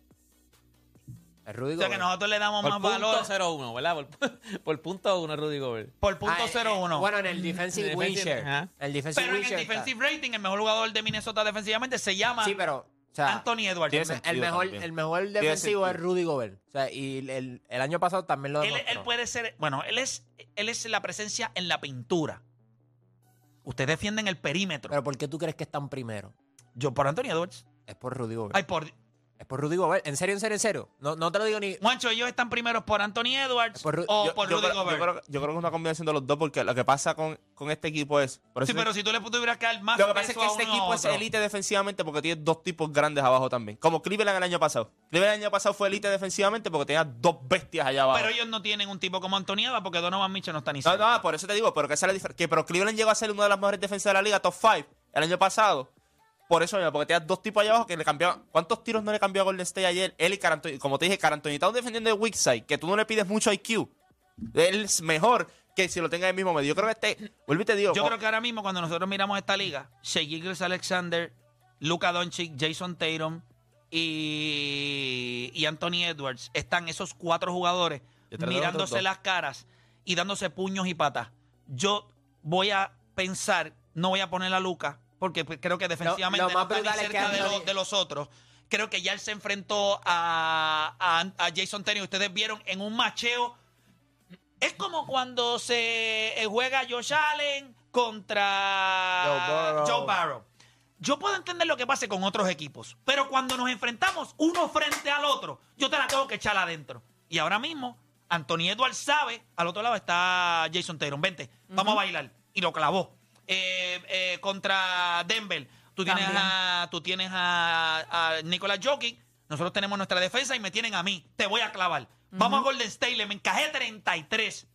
Speaker 6: Es Rudy
Speaker 3: O sea que
Speaker 6: Gobert.
Speaker 3: nosotros le damos
Speaker 4: Por
Speaker 3: más valor
Speaker 4: punto 0-1, ¿verdad? Por, *laughs* por punto 1, Rudy Gobert.
Speaker 3: por
Speaker 6: Ah,
Speaker 3: punto
Speaker 6: eh,
Speaker 3: 0-1.
Speaker 6: Bueno, en el defensive
Speaker 4: Defensive,
Speaker 6: win share.
Speaker 4: ajá.
Speaker 6: El defensive
Speaker 3: pero
Speaker 6: win
Speaker 3: en el
Speaker 6: share está.
Speaker 3: defensive rating, el mejor jugador de Minnesota defensivamente se llama
Speaker 6: Sí, pero. o sea,
Speaker 3: Anthony Edwards.
Speaker 7: tiene
Speaker 3: Él,
Speaker 6: el
Speaker 7: sentido
Speaker 6: mejor,
Speaker 7: también.
Speaker 6: el mejor
Speaker 7: Tiene
Speaker 6: defensivo es
Speaker 7: sentido.
Speaker 6: Rudy Gobert. O sea, y el, el- el año pasado también lo demostró.
Speaker 3: él puede ser, bueno, él es, él es la presencia en la pintura. Ustedes defienden el perímetro.
Speaker 6: Pero ¿por qué tú crees que están primero?
Speaker 3: Yo por Anthony Edwards.
Speaker 6: Es por Rudy Gobert.
Speaker 3: Ay, por
Speaker 6: Es por Rudy Gobert. En serio, en serio, en serio. No, no te lo digo ni.
Speaker 3: Juancho, ellos están primeros por Anthony Edwards
Speaker 6: Por Ru-
Speaker 3: o
Speaker 7: Yo-
Speaker 3: por
Speaker 7: yo
Speaker 3: Rudy
Speaker 7: creo- yo
Speaker 3: Gobert.
Speaker 7: creo, que- yo creo que es una combinación de los dos, porque lo que pasa con, con este equipo es. por
Speaker 3: sí,
Speaker 7: eso es-
Speaker 3: pero si tú le tuvieras que dar más
Speaker 7: Lo que pasa es
Speaker 3: peso
Speaker 7: que
Speaker 3: a
Speaker 7: este
Speaker 3: uno o
Speaker 7: equipo es
Speaker 3: otro.
Speaker 7: elite defensivamente porque tiene dos tipos grandes abajo también. Como Cleveland el año pasado. Cleveland el año pasado fue elite defensivamente porque tenía dos bestias allá abajo.
Speaker 3: Pero ellos no tienen un tipo como Anthony Edwards porque Donovan Mitchell no está ni
Speaker 7: No,
Speaker 3: cerca.
Speaker 7: no, por eso te digo, pero que esa es la difer- que pero Cleveland llegó a ser una de las mejores defensas de la liga, top 5, el año pasado. Por eso mismo, porque tenías dos tipos allá abajo que le cambiaban. ¿Cuántos tiros no le cambió a Golden State ayer? Él y Carantoni, como te dije, Carantoni está defendiendo de weak side, que tú no le pides mucho IQ. Él es mejor que si lo tenga en el mismo medio. Yo creo que este, vuelvo y te digo,
Speaker 3: Yo creo que ahora mismo, cuando nosotros miramos esta liga, Shea Gilgis Alexander, Luka Doncic, Jason Tatum y, y Anthony Edwards están esos cuatro jugadores
Speaker 7: Detrás de los
Speaker 3: mirándose
Speaker 7: otros dos.
Speaker 3: las caras y dándose puños y patas. Yo voy a pensar, no voy a poner a Luca, porque pues, creo que defensivamente
Speaker 6: lo
Speaker 3: no
Speaker 6: más
Speaker 3: está ni
Speaker 6: brutal es que
Speaker 3: cerca de,
Speaker 6: Anthony-
Speaker 3: los, de los otros. Creo que ya él se enfrentó a, a- a Jason Tatum. Ustedes vieron en un macheo es como cuando se eh, juega Josh Allen contra
Speaker 6: Joe Burrow.
Speaker 3: Joe Barrow. Yo puedo entender lo que pase con otros equipos, pero cuando nos enfrentamos uno frente al otro, yo te la tengo que echar adentro. Y ahora mismo, Anthony Edwards sabe, al otro lado está Jason Taylor. Vente, vamos a bailar. Y lo clavó. Eh, eh, contra Denver, tú tienes,
Speaker 5: También.
Speaker 3: a, tú tienes a, a Nicolas Jokic, nosotros tenemos nuestra defensa y me tienen a mí. Te voy a clavar. Vamos a Golden State, le me encajé 33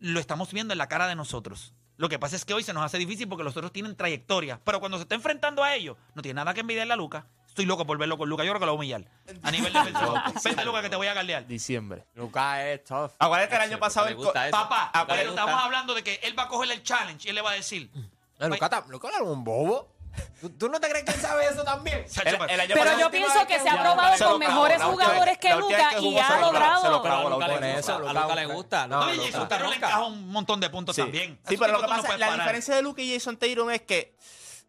Speaker 3: lo estamos viendo en la cara de nosotros. Lo que pasa es que hoy se nos hace difícil porque los otros tienen trayectoria. Pero cuando se está enfrentando a ellos, no tiene nada que envidiarle a Luca. Estoy loco por verlo con Luca. Yo creo que lo voy a humillar. A
Speaker 7: *laughs*
Speaker 3: nivel defensivo. Vente, Luca, que te voy a galdear.
Speaker 7: diciembre.
Speaker 6: Luca es tough.
Speaker 3: Ah,
Speaker 7: Acuérdate el
Speaker 4: Sí,
Speaker 7: año pasado.
Speaker 4: porque
Speaker 7: el
Speaker 4: le
Speaker 7: co-
Speaker 4: gusta eso.
Speaker 3: Papá,
Speaker 7: Ah,
Speaker 4: Porque le
Speaker 3: pero
Speaker 4: gusta.
Speaker 3: estamos hablando de que él va a coger el challenge y él le va a decir.
Speaker 7: Mm.
Speaker 6: No, Luca, ta- Luca era un bobo. ¿Tú, tú no te crees que él sabe eso
Speaker 3: *laughs*
Speaker 6: también?
Speaker 3: Sacho,
Speaker 7: el- el año
Speaker 5: Pero
Speaker 7: pasado-
Speaker 5: yo pienso que se ha
Speaker 6: Ya,
Speaker 5: probado
Speaker 7: se lo
Speaker 5: con
Speaker 7: clavó,
Speaker 5: mejores
Speaker 7: la última
Speaker 5: jugadores
Speaker 7: vez-
Speaker 5: que
Speaker 7: la última vez
Speaker 5: Luca
Speaker 7: que
Speaker 5: y
Speaker 7: jugó se
Speaker 5: ha
Speaker 7: lo clavó, se lo
Speaker 5: logrado.
Speaker 7: clavó.
Speaker 4: Pero a Luka
Speaker 6: por
Speaker 4: le gusta,
Speaker 6: eso,
Speaker 4: a Luka le
Speaker 6: Luka.
Speaker 4: gusta. a Luka
Speaker 6: No,
Speaker 3: Oye,
Speaker 4: le
Speaker 3: Jason
Speaker 4: gusta.
Speaker 3: Taylor le
Speaker 4: Nunca.
Speaker 3: encaja un montón de puntos
Speaker 7: Sí.
Speaker 3: también.
Speaker 7: Sí,
Speaker 3: Esos
Speaker 7: pero lo
Speaker 3: tipos
Speaker 7: que
Speaker 3: tú no
Speaker 7: pasa,
Speaker 3: puedes
Speaker 7: la
Speaker 3: parar.
Speaker 7: diferencia de Luke y Jason Tatum es que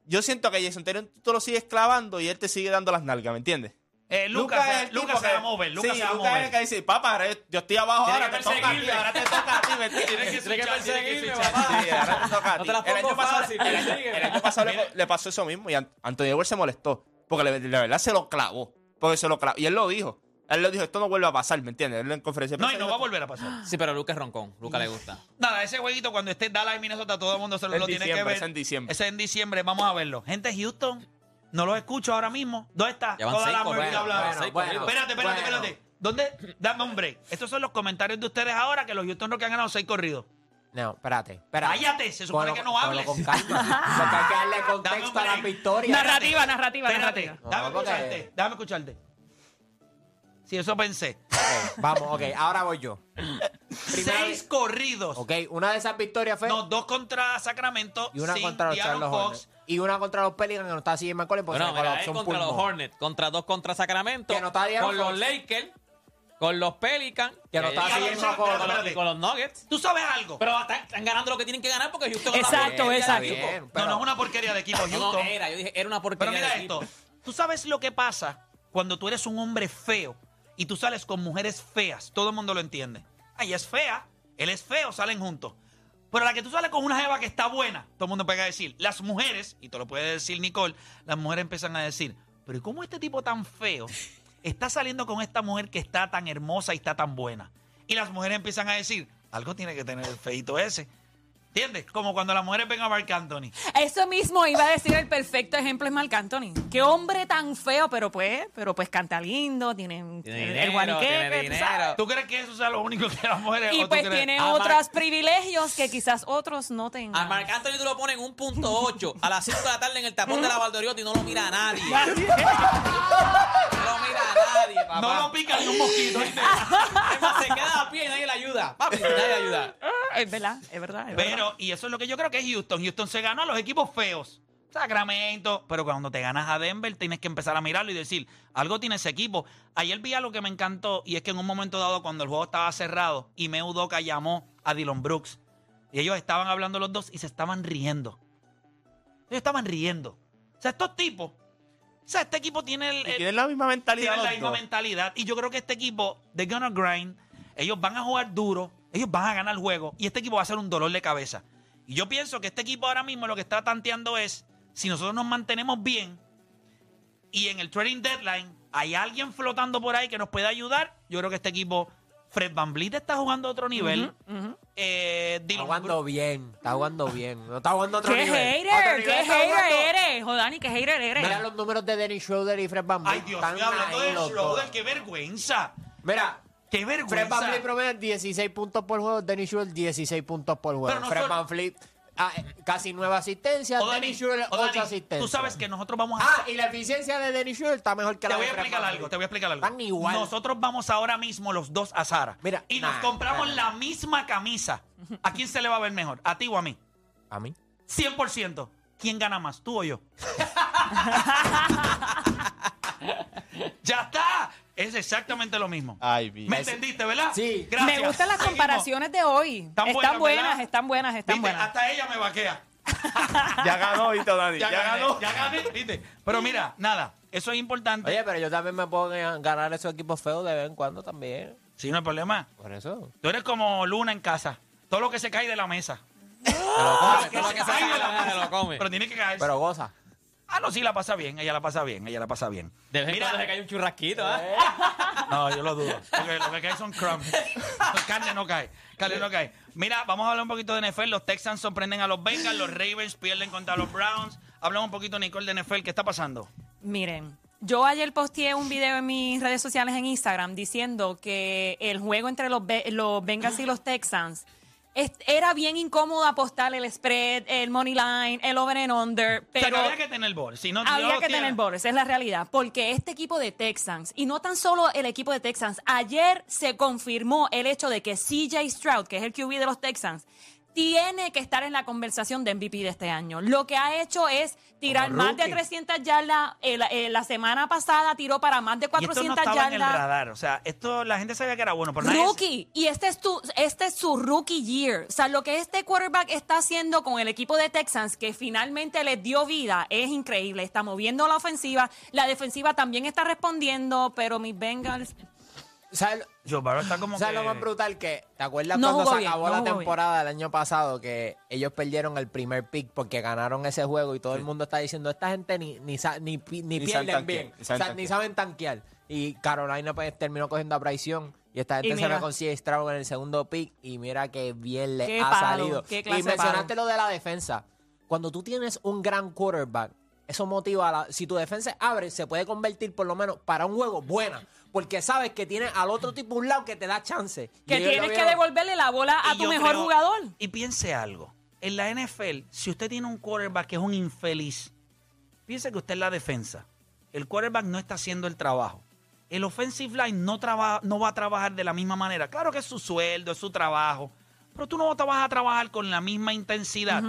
Speaker 7: yo siento que Jason Tatum tú lo sigues clavando y él te sigue dando las nalgas, ¿me entiendes?
Speaker 3: Eh, Luca,
Speaker 7: Luka es
Speaker 3: se-
Speaker 7: el
Speaker 3: Luca
Speaker 7: tipo
Speaker 3: se
Speaker 7: que-
Speaker 3: va a mover. Luca
Speaker 7: sí,
Speaker 3: se va a
Speaker 7: Luka es el que
Speaker 3: *laughs* mover.
Speaker 7: dice, papá, ahora yo estoy abajo,
Speaker 3: Tiene
Speaker 7: ahora
Speaker 3: que
Speaker 7: te toca a ti,
Speaker 3: perseguirme.
Speaker 7: ahora te toca a ti,
Speaker 3: *laughs*
Speaker 7: ¿me
Speaker 3: Tiene
Speaker 7: entiendes?
Speaker 3: que
Speaker 4: Tiene que
Speaker 3: switchar, tiene que
Speaker 4: perseguirme,
Speaker 3: switchar.
Speaker 4: papá.
Speaker 7: Sí, ahora
Speaker 3: *laughs*
Speaker 7: te toca a
Speaker 4: No
Speaker 7: ti.
Speaker 4: te las
Speaker 7: El
Speaker 4: pongo
Speaker 7: año pasado,
Speaker 4: fácil,
Speaker 7: el año-
Speaker 4: sigue.
Speaker 7: el año pasado le, le pasó eso mismo y An- Anthony Edwards se molestó porque le- la verdad se lo clavó. Porque se lo clavó. Y él lo dijo. Él lo dijo, esto no vuelve a pasar, ¿me entiendes? Él en conferencia de
Speaker 3: No, y
Speaker 7: prensa
Speaker 3: no
Speaker 7: dijo,
Speaker 3: va a volver a pasar.
Speaker 4: *laughs* Sí, pero Luca es roncón. Luca le gusta.
Speaker 3: Nada, ese jueguito cuando esté en Dallas y Minnesota, todo el mundo se lo,
Speaker 7: En
Speaker 3: lo tiene que
Speaker 7: diciembre,
Speaker 3: ver.
Speaker 7: es en diciembre.
Speaker 3: Ese es en diciembre, vamos a verlo. Gente, Houston, no los escucho ahora mismo. ¿Dónde está?
Speaker 4: Ya van
Speaker 3: Toda
Speaker 4: seis
Speaker 3: la
Speaker 4: corridos,
Speaker 3: América
Speaker 4: bueno,
Speaker 3: hablando.
Speaker 4: van seis corridos.
Speaker 3: Espérate, espérate,
Speaker 6: Bueno.
Speaker 3: espérate. ¿Dónde? Dame un break. Estos son los comentarios de ustedes ahora que los Houston no que han ganado seis corridos.
Speaker 6: No, espérate. espérate.
Speaker 3: Cállate, se supone
Speaker 6: Ponlo-
Speaker 3: que no
Speaker 6: ponlo
Speaker 3: hables. *laughs*
Speaker 6: con calma. Porque hay que darle
Speaker 3: Dame un
Speaker 6: contexto a la
Speaker 3: break.
Speaker 6: victoria.
Speaker 5: Narrativa, narrativa,
Speaker 3: Espérate,
Speaker 5: narrativa.
Speaker 3: dame
Speaker 6: No, porque-
Speaker 3: escucharte, dame escucharte. Sí, eso pensé.
Speaker 6: Ok, vamos, ok, ahora
Speaker 3: *laughs*
Speaker 6: voy yo. Primera
Speaker 3: Seis
Speaker 6: vi-
Speaker 3: corridos.
Speaker 6: Ok, una de esas victorias fue.
Speaker 3: No, dos contra Sacramento.
Speaker 6: y una
Speaker 3: sin
Speaker 6: contra los
Speaker 3: De'Aaron
Speaker 6: Charles
Speaker 3: Fox.
Speaker 6: Hornets. Y una contra los Pelicans que no está así en McCollum porque
Speaker 4: Bueno,
Speaker 6: Pues se le
Speaker 4: mira,
Speaker 6: colapsó
Speaker 4: es
Speaker 6: un
Speaker 4: contra los
Speaker 6: pulmón.
Speaker 4: Hornets, contra dos contra Sacramento,
Speaker 6: Que no está De'Aaron
Speaker 4: con los
Speaker 6: Fox.
Speaker 4: Lakers, con los Pelicans,
Speaker 6: Que no
Speaker 4: y- y-
Speaker 6: está
Speaker 3: De'Aaron
Speaker 4: y-
Speaker 3: Fox,
Speaker 4: con,
Speaker 3: espérate,
Speaker 4: los-
Speaker 3: espérate.
Speaker 4: y con los Nuggets.
Speaker 3: Tú sabes algo.
Speaker 4: Pero están, están ganando lo que tienen que ganar porque Houston es una
Speaker 5: Exacto,
Speaker 4: porquería de
Speaker 5: exacto.
Speaker 4: equipo.
Speaker 6: Bien,
Speaker 3: no,
Speaker 6: pero- eh,
Speaker 3: no es una porquería de equipo,
Speaker 6: *laughs*
Speaker 4: No,
Speaker 3: Houston.
Speaker 4: no era, yo dije, era una
Speaker 3: Pero
Speaker 4: porquería
Speaker 3: mira
Speaker 4: de equipo.
Speaker 3: esto, tú sabes lo que pasa cuando tú eres un hombre feo y tú sales con mujeres feas, todo el mundo lo entiende. Ah, Ella es fea, él es feo, salen juntos. Pero la que tú sales con una jeva que está buena, todo el mundo pega a decir, las mujeres, y te lo puede decir Nicole, las mujeres empiezan a decir, pero ¿y cómo este tipo tan feo está saliendo con esta mujer que está tan hermosa y está tan buena? Y las mujeres empiezan a decir, algo tiene que tener el feito ese. ¿Entiendes? Como cuando las mujeres ven a Marc Anthony.
Speaker 5: Eso mismo iba a decir el perfecto ejemplo es Marc Anthony. Qué hombre tan feo, pero pues, pero pues canta lindo, tiene,
Speaker 4: Tiene
Speaker 5: el- el
Speaker 4: dinero,
Speaker 5: guaniqueque,
Speaker 4: tiene
Speaker 5: tú sabes.
Speaker 4: dinero.
Speaker 3: ¿Tú crees que eso sea lo único que las mujeres o
Speaker 5: Y
Speaker 3: tú
Speaker 5: pues
Speaker 3: crees-
Speaker 5: tiene
Speaker 4: Ah, Marc-
Speaker 5: otros privilegios que quizás otros no
Speaker 4: A
Speaker 5: tengan.
Speaker 4: Marc Anthony tú lo pones en un punto 8 a las 5 de la tarde en el tapón de la Valdoriotti y no lo mira a
Speaker 5: *laughs*
Speaker 4: nadie. no lo mira a nadie, papá.
Speaker 3: No lo pican ni un mosquito. *laughs* ¿oíste?
Speaker 4: Es más, se queda a pie y nadie le ayuda. Papi, nadie le ayuda.
Speaker 5: Ah, Es verdad, es verdad. es verdad.
Speaker 3: Pero, y eso es lo que yo creo que es Houston. Houston se ganó a los equipos feos. Sacramento. Pero cuando te ganas a Denver, tienes que empezar a mirarlo y decir, algo tiene ese equipo. Ayer vi algo que me encantó y es que en un momento dado, cuando el juego estaba cerrado, y Udoka llamó a Dylan Brooks. Y ellos estaban hablando los dos y se estaban riendo. Ellos estaban riendo. O sea, estos tipos. O sea, este equipo tiene el-
Speaker 7: Y
Speaker 3: el,
Speaker 7: tienen la misma mentalidad.
Speaker 3: tienen la
Speaker 7: los
Speaker 3: misma
Speaker 7: dos.
Speaker 3: mentalidad. Y yo creo que este equipo, they're gonna grind. Ellos van a jugar duro. Ellos van a ganar el juego. Y este equipo va a ser un dolor de cabeza. Y yo pienso que este equipo ahora mismo lo que está tanteando es: si nosotros nos mantenemos bien y en el trading deadline hay alguien flotando por ahí que nos pueda ayudar, yo creo que este equipo. Fred Van está jugando a otro nivel. Eh,
Speaker 6: Está
Speaker 3: Dylan
Speaker 6: jugando bien, está jugando bien. No está jugando a otro
Speaker 5: ¡Qué
Speaker 6: nivel. A otro
Speaker 5: hater!
Speaker 6: nivel
Speaker 5: ¡Qué
Speaker 6: está jugando-
Speaker 5: hater eres! Jodani, qué hater eres.
Speaker 6: Mira los números de Dennis Schroeder y Fred Van
Speaker 3: Ay, Dios mío, hablando de Schroeder, qué vergüenza.
Speaker 6: Mira,
Speaker 3: Qué
Speaker 6: Fred
Speaker 3: vergüenza.
Speaker 6: Van promedio 16 puntos por juego, Dennis Schroeder 16 puntos por juego.
Speaker 3: Pero no
Speaker 6: Fred
Speaker 3: solo-
Speaker 6: Van ah, eh, casi 9 asistencias,
Speaker 3: O Oh, Dani,
Speaker 6: Dennis Schroeder
Speaker 3: o Dani,
Speaker 6: 8 asistencias.
Speaker 3: Tú sabes que nosotros vamos a
Speaker 6: Ah, y la eficiencia de Dennis Schroeder está mejor que
Speaker 3: Te
Speaker 6: la
Speaker 3: voy a
Speaker 6: de Fred
Speaker 3: explicar
Speaker 6: Van
Speaker 3: algo, te voy a explicar algo.
Speaker 6: Están igual.
Speaker 3: Nosotros vamos ahora mismo los dos a Sara.
Speaker 6: Mira,
Speaker 3: y nos
Speaker 6: nah,
Speaker 3: compramos
Speaker 6: nah,
Speaker 3: la misma camisa. ¿A quién se le va a ver mejor? ¿A ti o a mí?
Speaker 6: ¿A mí?
Speaker 3: 100%. ¿Quién gana más, tú o
Speaker 6: *laughs*
Speaker 3: yo? ya está. Es exactamente lo mismo.
Speaker 7: Ay, mi-
Speaker 3: ¿Me
Speaker 7: ese-
Speaker 3: entendiste, verdad?
Speaker 6: Sí.
Speaker 3: Gracias.
Speaker 5: Me gustan las
Speaker 3: Seguimos.
Speaker 5: comparaciones de hoy.
Speaker 3: Están
Speaker 5: Están
Speaker 3: buenas,
Speaker 5: buenas,
Speaker 3: ¿verdad?
Speaker 5: están buenas, están
Speaker 3: Viste,
Speaker 5: buenas.
Speaker 3: Hasta ella me vaquea.
Speaker 7: Ya ganó, Vito Dani.
Speaker 3: Ya,
Speaker 7: Ya,
Speaker 3: gané,
Speaker 7: ganó.
Speaker 3: Ya gané, ¿viste? Pero mira, nada, eso es importante.
Speaker 6: Oye, pero yo también me puedo ganar esos equipos feos de vez en cuando también.
Speaker 3: Si no hay problema.
Speaker 6: Por
Speaker 5: Pues
Speaker 6: eso.
Speaker 3: Tú eres como luna en casa. Todo lo que se cae de la mesa.
Speaker 4: Ah. Todo lo que se
Speaker 3: Ay,
Speaker 4: saca,
Speaker 3: de la
Speaker 4: se lo come.
Speaker 3: Pero tiene que caerse.
Speaker 6: Pero goza.
Speaker 3: Ah, no, sí, la pasa bien, ella la pasa bien, ella la pasa bien.
Speaker 4: De vez en
Speaker 3: Mira,
Speaker 4: cuando se cae un churrasquito, ¿ah?
Speaker 3: *laughs* No, yo lo dudo. Porque lo que cae son crumbs. *laughs* Carne no cae. Carne no cae. Mira, vamos a hablar un poquito de NFL. Los Texans sorprenden a los Bengals, los Ravens pierden contra los Browns. Hablamos un poquito, Nicole, de NFL. ¿Qué está pasando?
Speaker 5: Miren, yo ayer posteé un video en mis redes sociales en Instagram diciendo que el juego entre los, Be- los Bengals y los Texans es- era bien incómodo apostar el spread, el money line, el over and under,
Speaker 3: O sea, que
Speaker 5: pero...
Speaker 3: había que tener bol. Si no, no
Speaker 5: Había
Speaker 3: lo
Speaker 5: que
Speaker 3: tiene-
Speaker 5: tener bolas, esa es la realidad, porque este equipo de Texans, y no tan solo el equipo de Texans, ayer se confirmó el hecho de que CJ Stroud, que es el QB de los Texans, tiene que estar en la conversación de MVP de este año. Lo que ha hecho es tirar más de
Speaker 6: rookie.
Speaker 5: 300 yardas. Eh, la, eh, la semana pasada tiró para más de
Speaker 3: Y esto no
Speaker 5: 400
Speaker 3: estaba en el
Speaker 5: yardas.
Speaker 3: radar. O sea, esto la gente sabía que era bueno, pero nadie-
Speaker 5: Rookie, y este es, tu, este es su rookie year. O sea, lo que este quarterback está haciendo con el equipo de Texans, que finalmente les dio vida, es increíble. Está moviendo la ofensiva, la defensiva también está respondiendo, pero mis Bengals.
Speaker 6: ¿Sabes? lo-
Speaker 3: Yo, pero está como
Speaker 6: ¿Sabes
Speaker 3: que-
Speaker 6: lo más brutal que? ¿Te acuerdas
Speaker 5: No
Speaker 6: cuando
Speaker 5: jugó
Speaker 6: se
Speaker 5: bien,
Speaker 6: acabó
Speaker 5: no
Speaker 6: la
Speaker 5: jugó bien.
Speaker 6: temporada del año pasado que ellos perdieron el primer pick porque ganaron ese juego y todo el mundo está diciendo esta gente ni, ni, sa- ni, pi- ni
Speaker 7: Ni saben
Speaker 6: pierden
Speaker 7: tanquear,
Speaker 6: bien,
Speaker 7: ni saben
Speaker 6: o sea, ni saben tanquear. Y Carolina pues terminó cogiendo a traición y esta gente se
Speaker 5: mira.
Speaker 6: la consigue Stroud en el segundo pick y mira que bien le
Speaker 5: Qué
Speaker 6: ha
Speaker 5: palo,
Speaker 6: salido.
Speaker 5: qué clase
Speaker 6: Y
Speaker 5: de
Speaker 6: mencionaste
Speaker 5: palo.
Speaker 6: lo de la defensa. Cuando tú tienes un gran quarterback, eso motiva a la, si tu defensa abre, se puede convertir por lo menos para un juego buena. Porque sabes que tienes al otro tipo a un lado que te da chance.
Speaker 5: Que
Speaker 6: Y ellos lo
Speaker 5: tienes que
Speaker 6: vieron.
Speaker 5: devolverle la bola a
Speaker 3: Y
Speaker 5: tu
Speaker 3: yo
Speaker 5: mejor
Speaker 3: creo-
Speaker 5: jugador.
Speaker 3: Y piense algo. En la NFL, si usted tiene un quarterback que es un infeliz, piense que usted es la defensa. El quarterback no está haciendo el trabajo. El offensive line no, traba- no va a trabajar de la misma manera. Claro que es su sueldo, es su trabajo. Pero tú no te vas a trabajar con la misma intensidad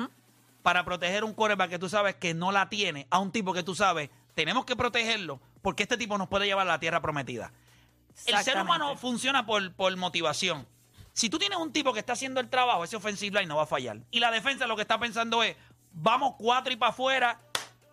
Speaker 3: para proteger un quarterback que tú sabes que no la tiene a un tipo que tú sabes, tenemos que protegerlo porque este tipo nos puede llevar a la tierra prometida. El ser
Speaker 5: Exactamente.
Speaker 3: humano funciona por, por motivación. Si tú tienes un tipo que está haciendo el trabajo, ese offensive line no va a fallar. Y la defensa lo que está pensando es, vamos cuatro y para afuera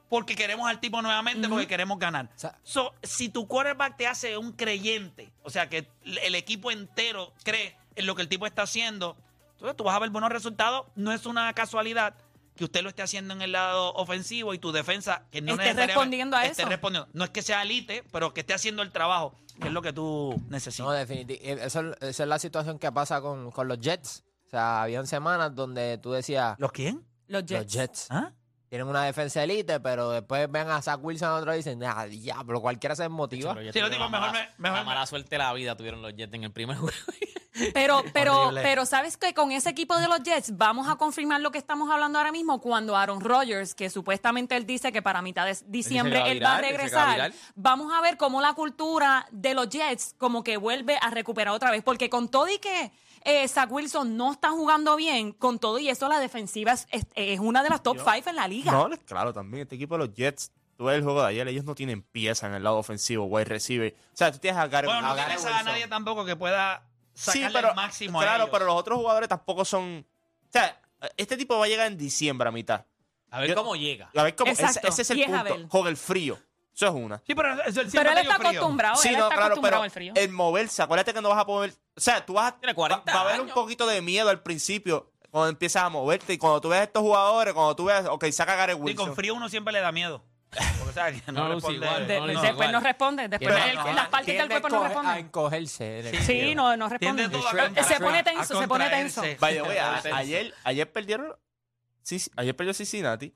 Speaker 3: porque queremos al tipo nuevamente, porque queremos ganar.
Speaker 6: sea-
Speaker 3: So, si tu quarterback te hace un creyente, o sea, que el- el equipo entero cree en lo que el tipo está haciendo, entonces tú vas a ver buenos resultados. No es una casualidad que usted lo esté haciendo en el lado ofensivo y tu defensa, que no
Speaker 5: Esté
Speaker 3: necesariamente-
Speaker 5: respondiendo a
Speaker 3: esté
Speaker 5: eso.
Speaker 3: respondiendo. No es que sea elite, pero que esté haciendo el trabajo, que es lo que tú necesitas.
Speaker 6: No, definitivamente. esa es la situación que pasa con, con los Jets. O sea, habían semanas donde tú decías,
Speaker 3: ¿Los quién?
Speaker 5: Los Jets.
Speaker 6: los Jets
Speaker 3: ¿Ah?
Speaker 6: tienen una defensa elite, pero después ven a Zach Wilson otro y dicen, ah, diablo, cualquiera se desmotiva.
Speaker 3: Sí, lo digo, mejor me- mejor
Speaker 4: La
Speaker 3: me-
Speaker 4: mala suerte de la vida tuvieron los Jets en el primer juego. *laughs*
Speaker 5: Pero, pero,
Speaker 3: Horrible.
Speaker 5: pero sabes que con ese equipo de los Jets vamos a confirmar lo que estamos hablando ahora mismo cuando Aaron Rodgers, que supuestamente él dice que para mitad de diciembre
Speaker 4: va a
Speaker 5: él va a
Speaker 4: virar, él dice que va a
Speaker 5: regresar,
Speaker 4: virar.
Speaker 5: vamos a ver cómo la cultura de los Jets como que vuelve a recuperar otra vez, porque con todo y que eh, Zach Wilson no está jugando bien, con todo y eso la defensiva es, es- es una de las top five en la liga.
Speaker 7: No, claro, también este equipo de los Jets. Tú ves el juego de ayer, ellos no tienen pieza en el lado ofensivo, wide receive. O sea, tú tienes a Gary
Speaker 3: Bueno, no
Speaker 7: a Gary
Speaker 3: tienes a
Speaker 7: Wilson.
Speaker 3: nadie tampoco que pueda sacarle el máximo a
Speaker 7: Claro,
Speaker 3: ellos.
Speaker 7: pero los otros jugadores tampoco son. O sea, este tipo va a llegar en diciembre a mitad.
Speaker 4: A ver
Speaker 7: Yo-
Speaker 4: cómo llega.
Speaker 7: A ver cómo. Ese,
Speaker 5: Exacto,
Speaker 7: ese es el
Speaker 5: y es
Speaker 7: punto.
Speaker 5: Abel.
Speaker 7: Con el frío. Eso es una.
Speaker 3: Sí, pero, eso- siempre
Speaker 5: Pero él
Speaker 3: ha tenido
Speaker 5: está
Speaker 3: frío.
Speaker 5: acostumbrado, él está acostumbrado al frío.
Speaker 7: el moverse. Acuérdate que no vas a poder. O sea, tú vas a.
Speaker 4: Tiene 40
Speaker 7: va, va a haber un
Speaker 4: años.
Speaker 7: poquito de miedo al principio cuando empiezas a moverte. Y cuando tú ves a estos jugadores, cuando tú ves. Ok, saca a Gary
Speaker 3: Y con
Speaker 7: Wilson.
Speaker 3: frío uno siempre le da miedo. Porque, ¿sabes? Que
Speaker 4: No luce
Speaker 3: responde-
Speaker 4: igual,
Speaker 5: De-
Speaker 4: no,
Speaker 5: de-
Speaker 4: no,
Speaker 5: después
Speaker 4: igual.
Speaker 5: no responde, después
Speaker 7: Pero,
Speaker 5: el-
Speaker 7: no,
Speaker 5: las partes del
Speaker 6: Tiende
Speaker 5: cuerpo no
Speaker 6: coge- A
Speaker 5: responden.
Speaker 6: encogerse. le
Speaker 5: Sí,
Speaker 6: creo.
Speaker 5: no, no
Speaker 3: Tiende
Speaker 5: responden.
Speaker 3: todo a
Speaker 6: Se
Speaker 5: Se
Speaker 3: contraer-
Speaker 5: pone
Speaker 3: a
Speaker 5: tenso, se pone tenso.
Speaker 3: contraerse.
Speaker 5: *laughs*
Speaker 7: By the way, a-
Speaker 4: Tenso.
Speaker 7: ayer, ayer perdieron. Sí, sí, ayer perdió Cincinnati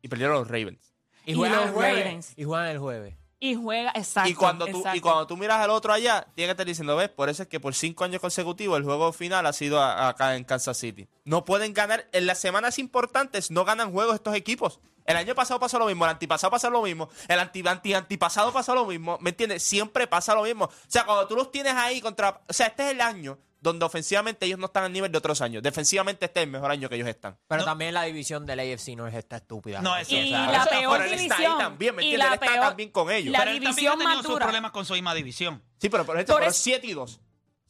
Speaker 7: y perdieron los Ravens.
Speaker 5: Y
Speaker 6: Y juegan
Speaker 5: los
Speaker 6: el jueves.
Speaker 5: Ravens.
Speaker 6: Y juegan el jueves.
Speaker 5: Y juega, exacto.
Speaker 7: y cuando tú y
Speaker 5: exacto.
Speaker 7: cuando tú miras al otro allá tiene que estar diciendo ves por eso es que por cinco años consecutivos el juego final ha sido a- acá en Kansas City no pueden ganar en las semanas importantes no ganan juegos estos equipos el año pasado pasó lo mismo el antipasado pasó lo mismo el anti anti antipasado pasó lo mismo me entiendes siempre pasa lo mismo o sea cuando tú los tienes ahí contra o sea este es el año donde ofensivamente ellos no están al nivel de otros años defensivamente este es el mejor año que ellos están
Speaker 6: Pero también la división del AFC no es esta estúpida.
Speaker 3: No,
Speaker 6: macho,
Speaker 3: eso-
Speaker 6: o
Speaker 5: y
Speaker 6: sea,
Speaker 5: la
Speaker 7: Eso-
Speaker 5: peor
Speaker 7: pero él está ahí
Speaker 5: división.
Speaker 7: también, ¿me
Speaker 5: y
Speaker 7: entiendes?
Speaker 5: la
Speaker 7: Él está
Speaker 5: peor-
Speaker 7: también con ellos.
Speaker 5: La
Speaker 3: pero él también ha
Speaker 5: división
Speaker 3: tenido
Speaker 5: más
Speaker 3: sus
Speaker 5: dura.
Speaker 3: problemas con su misma división.
Speaker 7: Sí, pero por ejemplo,
Speaker 5: Por
Speaker 7: fueron
Speaker 5: es-
Speaker 7: 7 y 2. O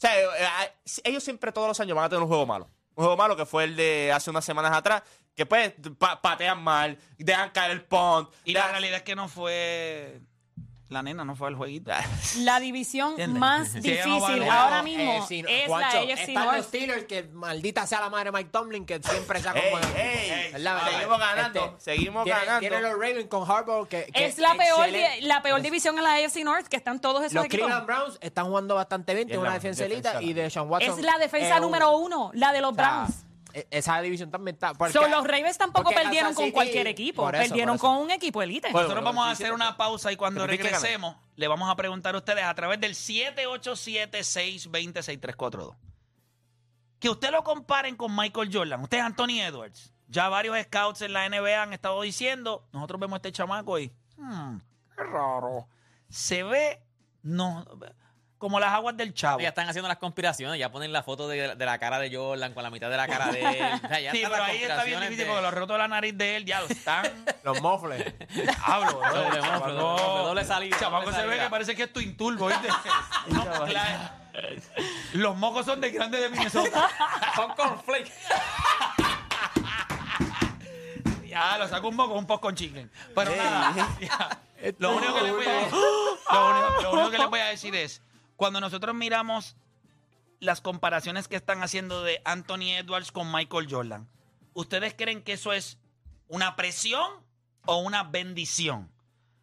Speaker 7: sea, eh, eh, ellos siempre todos los años van a tener un juego malo. Un juego malo que fue el de hace unas semanas atrás, que pues pa- patean mal, dejan caer el punt.
Speaker 3: Y la
Speaker 7: dejan-
Speaker 3: realidad es que no fue... La nena no fue al jueguito. *laughs*
Speaker 5: La división
Speaker 3: ¿Entiendes? *laughs*
Speaker 5: más
Speaker 3: Sí, no
Speaker 5: difícil
Speaker 3: vale.
Speaker 5: ahora
Speaker 6: no,
Speaker 5: mismo
Speaker 6: eh, si no-
Speaker 5: es
Speaker 6: Juancho,
Speaker 5: la AFC
Speaker 6: Están los
Speaker 5: North.
Speaker 6: Steelers, que maldita sea la madre de Mike Tomlin, que siempre saca
Speaker 7: Ey,
Speaker 6: un buen equipo.
Speaker 7: ey,
Speaker 6: Es
Speaker 7: ey,
Speaker 6: la verdad. Este,
Speaker 7: seguimos ganando, seguimos
Speaker 6: tiene-
Speaker 7: ganando.
Speaker 6: Tiene los Ravens con Harbaugh, que, que
Speaker 5: Es la peor,
Speaker 6: excelente.
Speaker 5: di- la peor división en la AFC North, que están todos esos
Speaker 6: Los
Speaker 5: equipos.
Speaker 6: Cleveland Browns están jugando bastante bien,
Speaker 7: Y
Speaker 6: tiene
Speaker 7: es la
Speaker 6: una defenselita
Speaker 7: defensa.
Speaker 6: y de Sean Watson.
Speaker 5: Es la defensa
Speaker 6: eh,
Speaker 5: número uno, la de los
Speaker 6: o sea,
Speaker 5: Browns.
Speaker 6: e- Esa división también está. porque-
Speaker 5: So, los Ravens tampoco
Speaker 6: porque
Speaker 5: perdieron
Speaker 6: Kansas
Speaker 5: con
Speaker 6: City-
Speaker 5: cualquier equipo,
Speaker 6: por eso,
Speaker 5: perdieron
Speaker 6: por eso.
Speaker 5: con un equipo elite.
Speaker 7: Bueno,
Speaker 3: Nosotros
Speaker 7: pero
Speaker 3: vamos a
Speaker 7: estoy
Speaker 3: hacer
Speaker 7: diciendo-
Speaker 3: una pausa y cuando
Speaker 7: Pero tiene que ganar.
Speaker 3: regresemos le vamos a preguntar a ustedes a través del 787-620-6342. Que usted lo comparen con Michael Jordan. Usted es Anthony Edwards. Ya varios scouts en la NBA han estado diciendo, nosotros vemos a este chamaco y, "Hmm, qué raro. Se ve no, como las aguas del chavo.
Speaker 4: Ya están haciendo las conspiraciones, ya ponen la foto de, de la cara de Jordan con la mitad de la cara de él. O sea, ya
Speaker 3: *laughs* Sí,
Speaker 4: están
Speaker 3: pero ahí está
Speaker 4: las
Speaker 3: bien
Speaker 4: conspiraciones
Speaker 3: difícil
Speaker 4: de-
Speaker 3: porque los rotos de la nariz de él ya lo
Speaker 4: *laughs*
Speaker 3: están.
Speaker 6: Los mofles.
Speaker 3: *laughs* Hablo, bro.
Speaker 4: Doble mofle,
Speaker 3: Chamaco.
Speaker 4: doble mofle, doble salida,
Speaker 3: Chamaco
Speaker 4: doble
Speaker 3: se ve
Speaker 4: salida.
Speaker 3: que parece que es Twin Turbo,
Speaker 4: *laughs*
Speaker 3: ¿viste? No, la- *laughs* los mocos son de grandes de Minnesota.
Speaker 4: *laughs* Son cornflakes.
Speaker 3: Ya, lo saco un moco, un post con chicken. Pero nada, ya. Lo único, que les voy a decir, lo, único, lo único que les voy a decir es, cuando nosotros miramos las comparaciones que están haciendo de Anthony Edwards con Michael Jordan, ¿ustedes creen que eso es una presión o una bendición?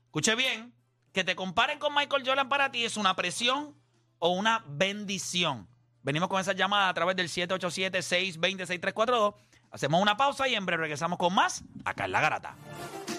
Speaker 3: Escuche bien, que te comparen con Michael Jordan para ti es una presión o una bendición. Venimos con esas llamadas a través del 787 620 6342 Hacemos una pausa y en breve regresamos con más acá en La Garata.